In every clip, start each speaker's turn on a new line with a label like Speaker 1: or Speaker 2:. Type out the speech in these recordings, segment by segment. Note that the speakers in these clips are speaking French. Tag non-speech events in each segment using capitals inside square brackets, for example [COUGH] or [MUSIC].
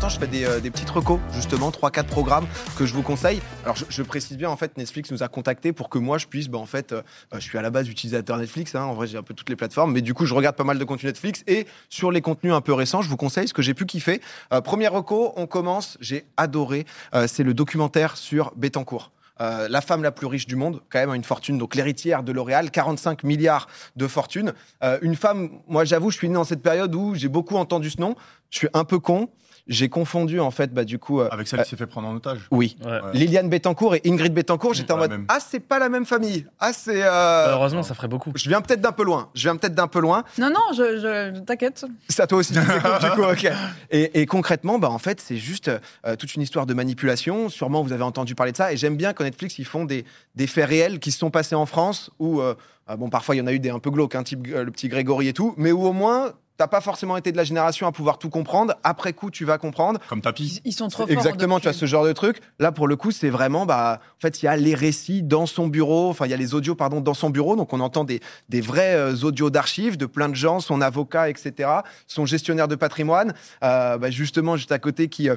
Speaker 1: temps, je fais des, euh, des petites recos, justement, 3-4 programmes que je vous conseille. Alors, je, je précise bien, en fait, Netflix nous a contactés pour que moi, je puisse, bah, en fait, euh, je suis à la base utilisateur Netflix, hein, en vrai, j'ai un peu toutes les plateformes, mais du coup, je regarde pas mal de contenu Netflix. Et sur les contenus un peu récents, je vous conseille ce que j'ai pu kiffer. Euh, premier reco, on commence, j'ai adoré, euh, c'est le documentaire sur Bettencourt. Euh, la femme la plus riche du monde, quand même, a une fortune. Donc, l'héritière de L'Oréal, 45 milliards de fortune. Euh, une femme, moi, j'avoue, je suis né dans cette période où j'ai beaucoup entendu ce nom. Je suis un peu con. J'ai confondu, en fait, bah, du coup, euh,
Speaker 2: Avec celle qui s'est fait prendre en otage.
Speaker 1: oui.
Speaker 3: Ouais.
Speaker 2: Ouais.
Speaker 1: Liliane Bettencourt et Ingrid Bettencourt, j'étais en
Speaker 2: Mmh, Pas
Speaker 1: mode,
Speaker 2: la même.
Speaker 1: ah, c'est pas la même famille. Ah, c'est. euh,
Speaker 3: Bah, Heureusement, ça ferait beaucoup.
Speaker 1: Je viens peut-être d'un peu loin. Je viens peut-être d'un peu loin.
Speaker 4: Non, non, je, je- t'inquiète.
Speaker 1: C'est à toi aussi. tu
Speaker 2: [LAUGHS]
Speaker 1: découvres, du coup, ok. Et, et concrètement, bah, en fait, c'est juste euh, toute une histoire de manipulation. Sûrement, vous avez entendu parler de ça. Et j'aime bien qu'en Netflix, ils font des, des faits réels qui se sont passés en France où, euh, ah, bon, parfois, il y en a eu des un peu glauques, hein, type euh, le petit Grégory et tout, mais où au moins, t'as pas forcément été de la génération à pouvoir tout comprendre. Après coup, tu vas comprendre.
Speaker 2: Comme tapis.
Speaker 4: Ils, ils sont trop forts.
Speaker 1: Exactement, tu as
Speaker 4: as
Speaker 1: ce genre de truc. Là, pour le coup, c'est vraiment, bah, en fait, il y a les récits dans son bureau, enfin, il y a les audios, pardon, dans son bureau. Donc, on entend des, des vrais euh, audios d'archives de plein de gens, son avocat, etc., son gestionnaire de patrimoine, Euh, bah, justement, juste à côté, qui. euh,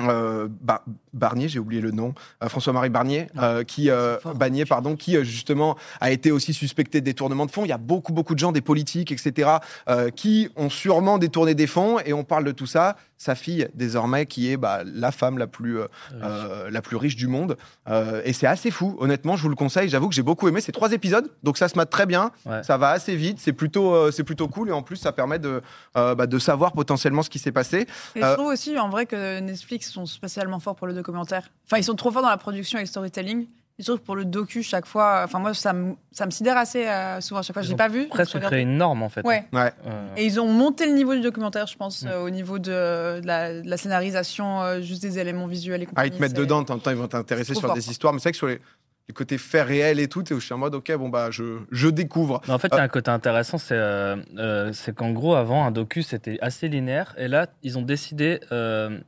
Speaker 1: euh, Ba- Barnier, j'ai oublié le nom, euh, François-Marie Barnier, euh, qui euh, Bagnier, pardon, qui euh, justement a été aussi suspecté de détournement de fonds. Il y a beaucoup, beaucoup de gens, des politiques, etc., euh, qui ont sûrement détourné des fonds. Et on parle de tout ça. Sa fille, désormais, qui est bah, la femme la plus, euh, euh, la plus riche du monde. Euh, et c'est assez fou, honnêtement, je vous le conseille. J'avoue que j'ai beaucoup aimé. C'est trois épisodes, donc ça se mate très bien.
Speaker 3: Ouais.
Speaker 1: Ça va assez vite. C'est plutôt, euh, c'est plutôt cool. Et en plus, ça permet de, euh, bah, de savoir potentiellement ce qui s'est passé.
Speaker 4: Et
Speaker 1: Euh,
Speaker 4: je trouve aussi, en vrai, que Netflix sont spécialement forts pour le documentaire. Enfin, ils sont trop forts dans la production et le storytelling. Et Je trouve que pour le docu, chaque fois, enfin moi, ça me, ça me sidère assez euh, souvent. à Chaque fois, je
Speaker 3: Ils
Speaker 4: l'ai
Speaker 3: ont
Speaker 4: pas vu. je
Speaker 3: Presque
Speaker 4: regarde-
Speaker 3: créer une norme, en fait.
Speaker 4: Ouais.
Speaker 1: Ouais.
Speaker 3: Euh,
Speaker 4: Et ils ont monté le niveau du documentaire, je pense,
Speaker 3: Mm.
Speaker 4: euh, au niveau de, de la, de la scénarisation, euh, juste des éléments visuels et
Speaker 1: Ah,
Speaker 4: compagnie.
Speaker 1: ils te mettent
Speaker 4: c'est-
Speaker 1: dedans, de temps en temps, ils vont
Speaker 4: C'est
Speaker 1: t'intéresser
Speaker 4: trop
Speaker 1: sur
Speaker 4: fort,
Speaker 1: des
Speaker 4: quoi.
Speaker 1: histoires. Mais c'est vrai que sur les, les côtés faits réels et tout, t'es- je suis en mode, ok, bon, bah, je, je découvre.
Speaker 3: Mais en fait, il y a un côté intéressant, c'est euh, euh, c'est qu'en gros, avant, un docu, c'était assez linéaire. Et là, ils ont décidé euh,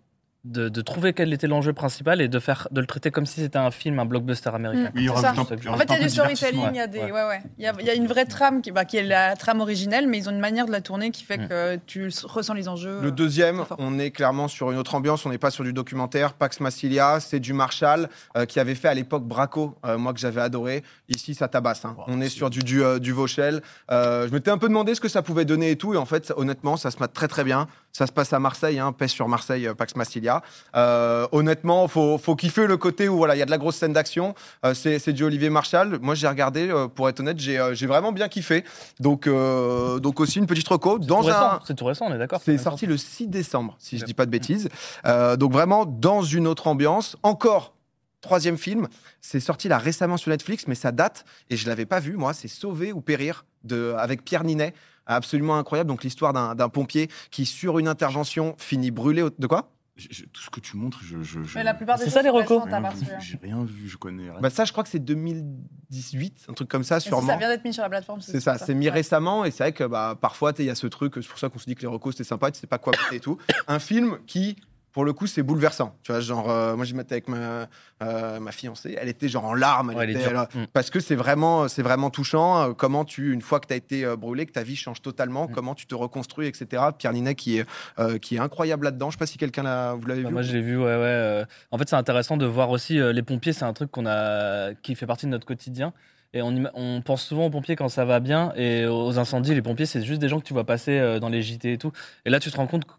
Speaker 3: de, de trouver quel était l'enjeu principal et de, faire, de le traiter comme si c'était un film, un blockbuster américain.
Speaker 4: Mm.
Speaker 2: Oui, il
Speaker 4: C'est
Speaker 2: rajoute
Speaker 4: ça.
Speaker 2: un- il
Speaker 4: En
Speaker 2: rajoute
Speaker 4: fait, il y
Speaker 2: un
Speaker 4: a
Speaker 2: peu
Speaker 4: du
Speaker 2: de divertissement.
Speaker 4: storytelling, il y a des,
Speaker 3: Ouais.
Speaker 4: ouais, ouais. Il y a, il y a une vraie trame qui, bah, qui est la trame originelle, mais ils ont une manière de la tourner qui fait
Speaker 3: Mm.
Speaker 4: que tu s- ressens les enjeux.
Speaker 1: Le deuxième,
Speaker 4: euh, Très fort.
Speaker 1: on est clairement sur une autre ambiance. On n'est pas sur du documentaire. Pax Massilia, c'est du Marshall euh, qui avait fait à l'époque Braco, euh, moi que j'avais adoré. Ici, ça tabasse. hein.
Speaker 2: Wow,
Speaker 1: on est
Speaker 2: c'est-
Speaker 1: sur du du, euh, du Vauchel. Euh, je m'étais un peu demandé ce que ça pouvait donner et tout. Et en fait, ça- honnêtement, ça se mate très très bien. Ça se passe à Marseille, hein, pèse sur Marseille, euh, Pax Massilia. Euh, honnêtement, faut faut kiffer le côté où voilà, il y a de la grosse scène d'action. Euh, c'est c'est du Olivier Marshall. Moi, j'ai regardé. euh, pour être honnête, j'ai euh, j'ai vraiment bien kiffé. Donc euh, donc aussi une petite reco dans
Speaker 3: Tout récent,
Speaker 1: un
Speaker 3: C'est tout récent, on est d'accord
Speaker 1: c'est sorti le 6 décembre, si je
Speaker 3: Ouais.
Speaker 1: dis pas de bêtises. Euh, donc vraiment dans une autre ambiance. Encore troisième film. C'est sorti là récemment sur Netflix, mais ça date et je l'avais pas vu moi. C'est Sauver ou périr de avec Pierre Ninet. Absolument incroyable. Donc l'histoire d'un d'un pompier qui sur une intervention finit brûlé. au- De quoi
Speaker 2: Je- je- Tout ce que tu montres, je. je, je-
Speaker 4: Mais la plupart des
Speaker 3: C'est ça,
Speaker 4: choses
Speaker 3: les
Speaker 4: sont
Speaker 3: recos.
Speaker 4: récentes, à part
Speaker 2: Rien vu,
Speaker 4: celui-là.
Speaker 2: J'ai rien vu, je connais rien.
Speaker 1: Bah ça, je crois que c'est 2018, un truc comme ça,
Speaker 4: Et si Ça
Speaker 1: sûrement.
Speaker 4: vient d'être mis sur la plateforme.
Speaker 1: C'est ça, c'est mis
Speaker 4: Ouais.
Speaker 1: récemment et c'est vrai que bah, parfois tu sais, il y a ce truc, c'est pour ça qu'on se dit que les recos c'était sympa, tu sais pas quoi mater et tout. Un film qui, pour le coup, c'est bouleversant. Tu vois, genre, euh, moi j'ai maté avec ma, euh, ma fiancée, elle était genre en larmes, elle
Speaker 3: Ouais, il est
Speaker 1: était
Speaker 3: dur.
Speaker 1: là,
Speaker 3: Mm.
Speaker 1: parce que c'est vraiment, c'est vraiment touchant. euh, comment tu, une fois que tu as été euh, brûlé, que ta vie change totalement,
Speaker 3: Mm.
Speaker 1: comment tu te reconstruis, etc. Pierre Ninet qui est, euh, qui est incroyable là-dedans. Je sais pas si quelqu'un l'a, vous l'avez
Speaker 3: Bah,
Speaker 1: vu.
Speaker 3: moi, je l'ai vu, ouais, ouais. euh, En fait, c'est intéressant de voir aussi euh, les pompiers, c'est un truc qu'on a, qui fait partie de notre quotidien. Et on, ima- on pense souvent aux pompiers quand ça va bien et aux incendies. Les pompiers, c'est juste des gens que tu vois passer euh, dans les JT et tout. Et là, tu te rends compte, que-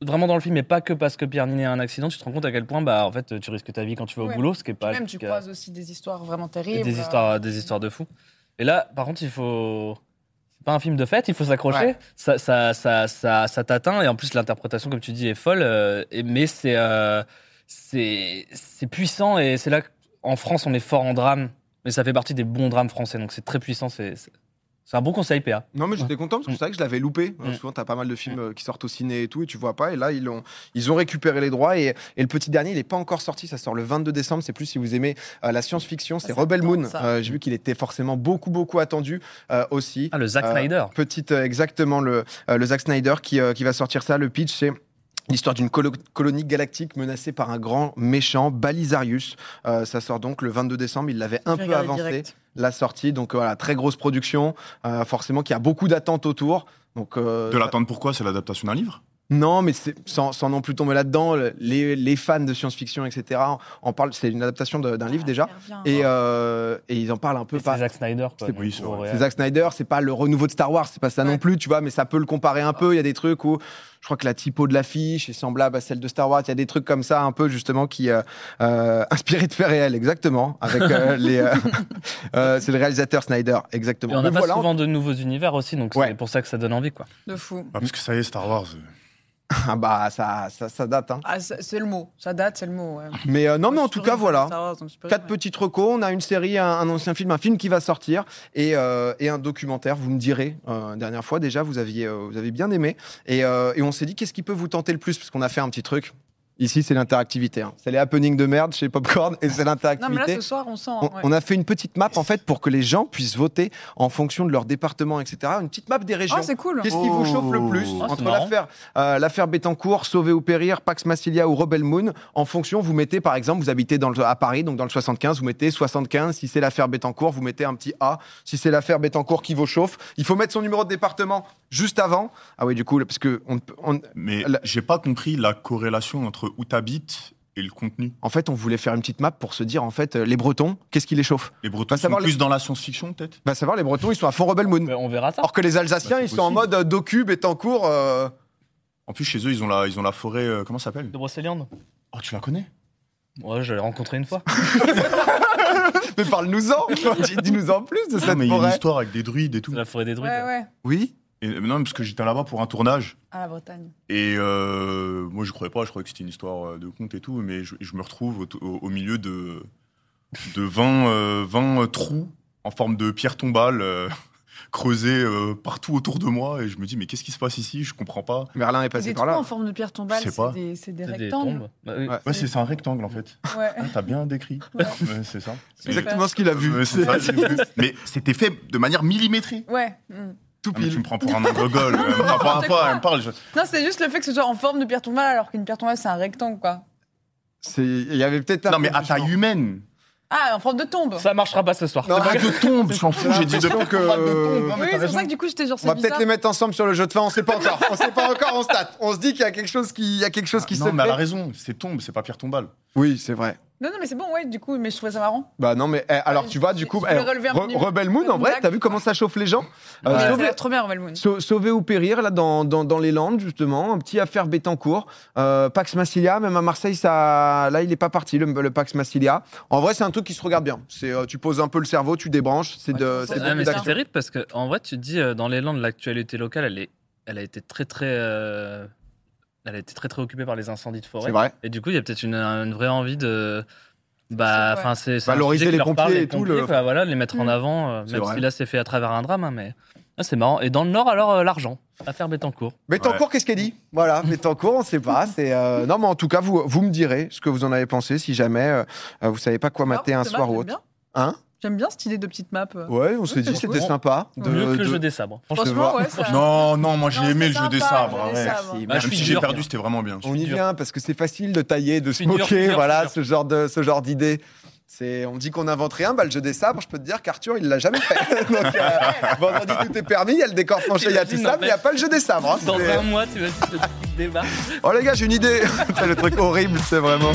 Speaker 3: vraiment dans le film, et pas que parce que Pierre Ninet a un accident, tu te rends compte à quel point, bah, en fait, tu risques ta vie quand tu vas au
Speaker 4: Ouais.
Speaker 3: boulot, ce qui est pas.
Speaker 4: Même
Speaker 3: le
Speaker 4: tu
Speaker 3: cas.
Speaker 4: croises aussi des histoires vraiment
Speaker 3: Et
Speaker 4: terribles. Euh,
Speaker 3: des histoires, des histoires de fous. Et là, par contre, il faut. C'est pas un film de fête, il faut s'accrocher.
Speaker 1: Ouais.
Speaker 3: Ça, ça, ça, ça, ça t'atteint. Et en plus, l'interprétation, comme tu dis, est folle. euh, et- mais c'est, euh, c'est, c'est puissant. Et c'est là qu'en France, on est fort en drame. Mais ça fait partie des bons drames français. Donc c'est très puissant. C'est, c'est, c'est un bon conseil, PA.
Speaker 1: Non, mais j'étais content parce que
Speaker 3: Mm.
Speaker 1: c'est vrai que je l'avais loupé. Euh,
Speaker 3: Mm.
Speaker 1: Souvent, t'as pas mal de films euh, qui sortent au ciné et tout, et tu vois pas. Et là, ils ont, ils ont récupéré les droits. Et, et le petit dernier, il est pas encore sorti. Ça sort le 22 décembre. C'est plus si vous aimez euh, la science-fiction. C'est
Speaker 4: Ah, ça
Speaker 1: Rebel
Speaker 4: tente,
Speaker 1: Moon.
Speaker 4: ça.
Speaker 1: Euh, J'ai vu qu'il était forcément beaucoup, beaucoup attendu euh, aussi.
Speaker 3: Ah, le Zack
Speaker 1: Euh,
Speaker 3: Snyder.
Speaker 1: Petite, euh, exactement, le, euh, le Zack Snyder qui, euh, qui va sortir ça. Le pitch, c'est. L'histoire d'une colo- colonie galactique menacée par un grand méchant, Balisarius. Euh, ça sort donc le 22 décembre. Il l'avait un peu avancé la sortie. Donc voilà, très grosse production, euh, forcément qu'il y a beaucoup d'attentes autour. Donc, euh,
Speaker 2: De l'attendre pourquoi C'est l'adaptation d'un livre
Speaker 1: Non, mais c'est- sans, sans non plus tomber là-dedans, le- les, les fans de science-fiction, etc., en, en parlent. C'est une adaptation de- d'un livre
Speaker 3: Ah,
Speaker 1: déjà.
Speaker 4: Ah,
Speaker 1: Et, euh, et ils en parlent un peu.
Speaker 3: Et
Speaker 1: pas-
Speaker 3: C'est Zack Snyder, quoi.
Speaker 1: C'est-
Speaker 3: donc,
Speaker 2: oui, c'est
Speaker 3: pour
Speaker 2: vrai.
Speaker 3: Real.
Speaker 1: C'est Zack Snyder, c'est pas le renouveau de Star Wars, c'est pas ça non
Speaker 4: Ouais.
Speaker 1: plus, tu vois, mais ça peut le comparer un peu. Il y a des trucs où je crois que la typo de l'affiche est semblable à celle de Star Wars. Il y a des trucs comme ça, un peu justement, qui euh, euh, [LAUGHS] inspirés de faits réels, exactement. Avec euh, les, euh, [LAUGHS] euh, c'est le réalisateur Snyder,
Speaker 3: Et
Speaker 1: exactement.
Speaker 3: on
Speaker 1: Mais
Speaker 3: n'a pas
Speaker 1: voilà,
Speaker 3: souvent de nouveaux univers aussi, donc
Speaker 1: Ouais.
Speaker 3: c'est pour ça que ça donne envie, quoi.
Speaker 4: De fou.
Speaker 2: Ah, parce que ça y est, Star Wars. euh,
Speaker 1: Ah bah ça, ça, ça date. Hein.
Speaker 4: Ah, c'est c'est le mot. Ça date, c'est le mot. ouais.
Speaker 1: Mais euh, non, mais
Speaker 4: Moi, je
Speaker 1: en
Speaker 4: suis
Speaker 1: tout
Speaker 4: sur
Speaker 1: cas,
Speaker 4: une
Speaker 1: voilà.
Speaker 4: Star Wars, donc je peux-
Speaker 1: Quatre
Speaker 4: ouais.
Speaker 1: petites recos, on a une série, un, un ancien film, un film qui va sortir et, euh, et un documentaire. Vous me direz, euh, dernière fois déjà, vous aviez, euh, vous avez bien aimé et, euh, et on s'est dit qu'est-ce qui peut vous tenter le plus parce qu'on a fait un petit truc. Ici, c'est l'interactivité. hein. C'est les happenings de merde chez Popcorn et c'est
Speaker 4: Non, mais là,
Speaker 1: l'interactivité.
Speaker 4: ce soir, on sent.
Speaker 1: On,
Speaker 4: ouais.
Speaker 1: on a fait une petite map en fait pour que les gens puissent voter en fonction de leur département, etc. Une petite map des régions.
Speaker 4: Oh, c'est cool.
Speaker 1: Qu'est-ce qui vous chauffe le plus
Speaker 2: Oh,
Speaker 3: c'est
Speaker 1: entre
Speaker 3: marrant.
Speaker 1: l'affaire euh, l'affaire Bettencourt, Sauver ou Périr, Pax Massilia ou Rebel Moon En fonction, vous mettez par exemple, vous habitez dans le- à Paris, donc dans le 75, vous mettez 75. Si c'est l'affaire Bettencourt, vous mettez un petit A. Si c'est l'affaire Bettencourt qui vous chauffe, il faut mettre son numéro de département juste avant. Ah oui, du coup, parce que on, ne peut- on-
Speaker 2: Mais
Speaker 1: La-
Speaker 2: j'ai pas compris la corrélation entre où t'habites et le contenu.
Speaker 1: en fait, on voulait faire une petite map pour se dire en fait, euh, les Bretons, qu'est-ce qui les chauffe
Speaker 2: Les Bretons
Speaker 1: Bah,
Speaker 2: sont
Speaker 1: savoir les-
Speaker 2: plus dans la science-fiction, peut-être
Speaker 1: Va savoir, les Bretons, ils sont à fond Rebel Moon.
Speaker 3: Mais on verra ça.
Speaker 1: Or que les Alsaciens,
Speaker 2: Bah, c'est
Speaker 1: ils sont en
Speaker 2: possible.
Speaker 1: mode euh, docu, Bettencourt. euh, [LAUGHS]
Speaker 2: En plus, chez eux, ils ont la, ils ont la forêt. euh, comment ça s'appelle
Speaker 3: De Brocéliande
Speaker 2: Oh, tu la connais
Speaker 3: Ouais, je l'ai rencontré
Speaker 1: [LAUGHS]
Speaker 3: une fois.
Speaker 1: Mais
Speaker 2: [LAUGHS]
Speaker 1: parle-nous-en Dis-nous en plus de
Speaker 2: Non,
Speaker 1: cette
Speaker 2: mais il y a une
Speaker 1: forêt.
Speaker 2: histoire avec des druides et tout.
Speaker 3: C'est la forêt des druides.
Speaker 4: Ouais, ouais.
Speaker 1: Oui
Speaker 2: Et, euh, non, parce que j'étais là-bas pour un tournage.
Speaker 4: À la Bretagne.
Speaker 2: Et euh, moi, je croyais pas, je croyais que c'était une histoire euh, de conte et tout, mais je, je me retrouve au, au- au milieu de, de 20, euh, 20 trous en forme de pierre tombale euh, [LAUGHS] creusés euh, partout autour de moi, et je me dis, mais qu'est-ce qui se passe ici Je comprends pas.
Speaker 1: Merlin est
Speaker 4: des
Speaker 1: passé par
Speaker 4: trous
Speaker 1: là.
Speaker 4: en forme de pierre tombale,
Speaker 2: Je sais pas.
Speaker 4: c'est des, c'est des
Speaker 3: C'est des
Speaker 4: rectangles.
Speaker 3: tombes. Bah oui.
Speaker 1: Ouais.
Speaker 2: Ouais, c'est c'est un rectangle en fait.
Speaker 4: Ouais.
Speaker 2: Ah, T'as bien décrit.
Speaker 4: [LAUGHS] Ouais.
Speaker 2: Ouais, c'est ça.
Speaker 1: C'est exactement ce qu'il a vu.
Speaker 2: Ouais, c'est ça, j'ai vu. mais c'était fait de manière millimétrée.
Speaker 4: Ouais. mm.
Speaker 1: Tout
Speaker 2: Ah, mais tu
Speaker 1: pile.
Speaker 2: me prends pour un
Speaker 4: [LAUGHS]
Speaker 2: angogol. euh, la première fois, elle me parle. je-
Speaker 4: Non, c'est juste le fait que ce soit en forme de pierre tombale alors qu'une pierre tombale c'est un rectangle quoi.
Speaker 1: C'est- Il y avait peut-être. un
Speaker 2: Non, mais
Speaker 1: peu
Speaker 2: à
Speaker 1: plus
Speaker 2: taille
Speaker 1: grand.
Speaker 2: humaine.
Speaker 4: Ah, en forme de tombe.
Speaker 3: Ça marchera pas ce soir.
Speaker 1: Non,
Speaker 2: Pas de tombe, je m'en fous, j'ai dit de
Speaker 1: l'impression
Speaker 2: pas de tombe.
Speaker 1: que-
Speaker 2: Non, mais
Speaker 4: oui,
Speaker 2: t'as
Speaker 4: c'est pour
Speaker 2: raison.
Speaker 4: ça que du coup j'étais genre
Speaker 1: On
Speaker 4: c'est
Speaker 1: va peut-être
Speaker 4: bizarre.
Speaker 1: les mettre ensemble sur le jeu de fin. On sait pas encore. On sait pas encore. On se tâte. On se dit qu'il y a quelque chose qui, il y a quelque chose qui
Speaker 2: non,
Speaker 1: se
Speaker 2: mais elle a
Speaker 1: fait.
Speaker 2: raison, c'est tombe, c'est pas pierre tombale.
Speaker 1: Oui, c'est vrai.
Speaker 4: Non, non, mais c'est bon, ouais, du coup, mais je trouvais ça marrant.
Speaker 1: Bah non, mais eh, alors
Speaker 4: Ouais,
Speaker 1: tu vois,
Speaker 4: je-
Speaker 1: du coup,
Speaker 4: je
Speaker 1: eh,
Speaker 4: vais relever un
Speaker 1: Re-
Speaker 4: peu du-
Speaker 1: Rebel Moon, en
Speaker 4: du
Speaker 1: vrai,
Speaker 4: lac.
Speaker 1: t'as vu comment ça chauffe les gens Euh,
Speaker 4: Mais ça a
Speaker 1: sauver,
Speaker 4: l'air trop bien, Rebel Moon.
Speaker 1: sau- sauver ou périr, là, dans, dans, dans les Landes, justement. Un petit affaire Bétancourt. Euh, Pax Massilia, même à Marseille, ça, là, il est pas parti, le, le Pax Massilia. En vrai, c'est un truc qui se regarde bien. C'est, euh, tu poses un peu le cerveau, tu débranches. C'est de.
Speaker 4: Ouais,
Speaker 1: c'est
Speaker 4: ouais,
Speaker 1: beaucoup
Speaker 3: Ah, mais
Speaker 1: d'action.
Speaker 3: c'est terrible parce que en vrai, tu te dis euh, dans les Landes, l'actualité locale, elle est, elle a été très très, euh, elle a été très très occupée par les incendies de
Speaker 1: C'est
Speaker 3: forêt.
Speaker 1: vrai.
Speaker 3: Et du coup, il y a peut-être une, une vraie envie de, bah,
Speaker 4: C'est-
Speaker 3: enfin, c'est c'est
Speaker 1: Valoriser
Speaker 3: un sujet qui
Speaker 1: les
Speaker 3: leur
Speaker 1: pompiers
Speaker 3: parle,
Speaker 1: et
Speaker 3: les
Speaker 1: tout,
Speaker 3: pompiers,
Speaker 1: le-
Speaker 3: quoi, voilà, de les mettre en
Speaker 4: Mm.
Speaker 3: avant. euh,
Speaker 1: C'est
Speaker 3: même
Speaker 1: vrai.
Speaker 3: si là, c'est fait à travers un drame, hein, mais Ah, c'est marrant. Et dans le Nord, alors euh, l'argent, affaire Bettencourt.
Speaker 1: Mais tant cours, qu'est-ce qu'elle dit Voilà, mais tant cours, on ne sait pas. C'est euh, non, mais en tout cas, vous, vous me direz ce que vous en avez pensé si jamais euh, euh, vous savez pas quoi mater un
Speaker 4: Alors, Ah, c'est
Speaker 1: soir
Speaker 4: marrant,
Speaker 1: ou
Speaker 4: j'aime
Speaker 1: autre.
Speaker 4: bien.
Speaker 1: Hein
Speaker 4: J'aime bien cette idée de petite map. euh.
Speaker 1: Ouais, on s'est
Speaker 4: Ouais,
Speaker 1: dit
Speaker 4: c'est
Speaker 1: c'était
Speaker 3: cool.
Speaker 1: sympa. De,
Speaker 3: Mieux que
Speaker 1: de-
Speaker 3: le jeu des sabres.
Speaker 1: Je te
Speaker 4: Franchement,
Speaker 1: vois.
Speaker 4: ouais, ça.
Speaker 2: Non, non, moi j'ai
Speaker 4: Non,
Speaker 2: aimé
Speaker 4: c'était
Speaker 2: le jeu des
Speaker 4: sympa,
Speaker 2: sabres. hein.
Speaker 4: le jeu des
Speaker 2: ouais.
Speaker 4: sabres.
Speaker 1: Merci.
Speaker 3: Ah, je
Speaker 2: Même
Speaker 3: suis
Speaker 2: si j'ai
Speaker 3: dur,
Speaker 2: perdu,
Speaker 3: bien.
Speaker 2: c'était vraiment bien.
Speaker 1: on
Speaker 3: suis
Speaker 1: y
Speaker 3: dur.
Speaker 1: vient parce que c'est facile de tailler, de se
Speaker 3: suis dur, je suis
Speaker 1: moquer,
Speaker 3: dur, je
Speaker 1: voilà,
Speaker 3: suis
Speaker 1: ce genre de ce genre d'idée. C'est, on dit qu'on invente rien, bah, le jeu des sabres, je peux te dire qu'Arthur, il l'a jamais fait. [LAUGHS] Donc, euh,
Speaker 4: [LAUGHS]
Speaker 1: vendredi, tout est permis, il y a le décor penché, il y a tout
Speaker 3: T'imagines,
Speaker 1: ça,
Speaker 3: en
Speaker 1: mais il n'y a
Speaker 3: fait.
Speaker 1: pas le jeu des sabres. hein.
Speaker 3: Dans
Speaker 1: C'est-
Speaker 3: un mois, tu vas te débarquer.
Speaker 1: Oh les gars, j'ai une idée C'est le truc horrible, c'est vraiment...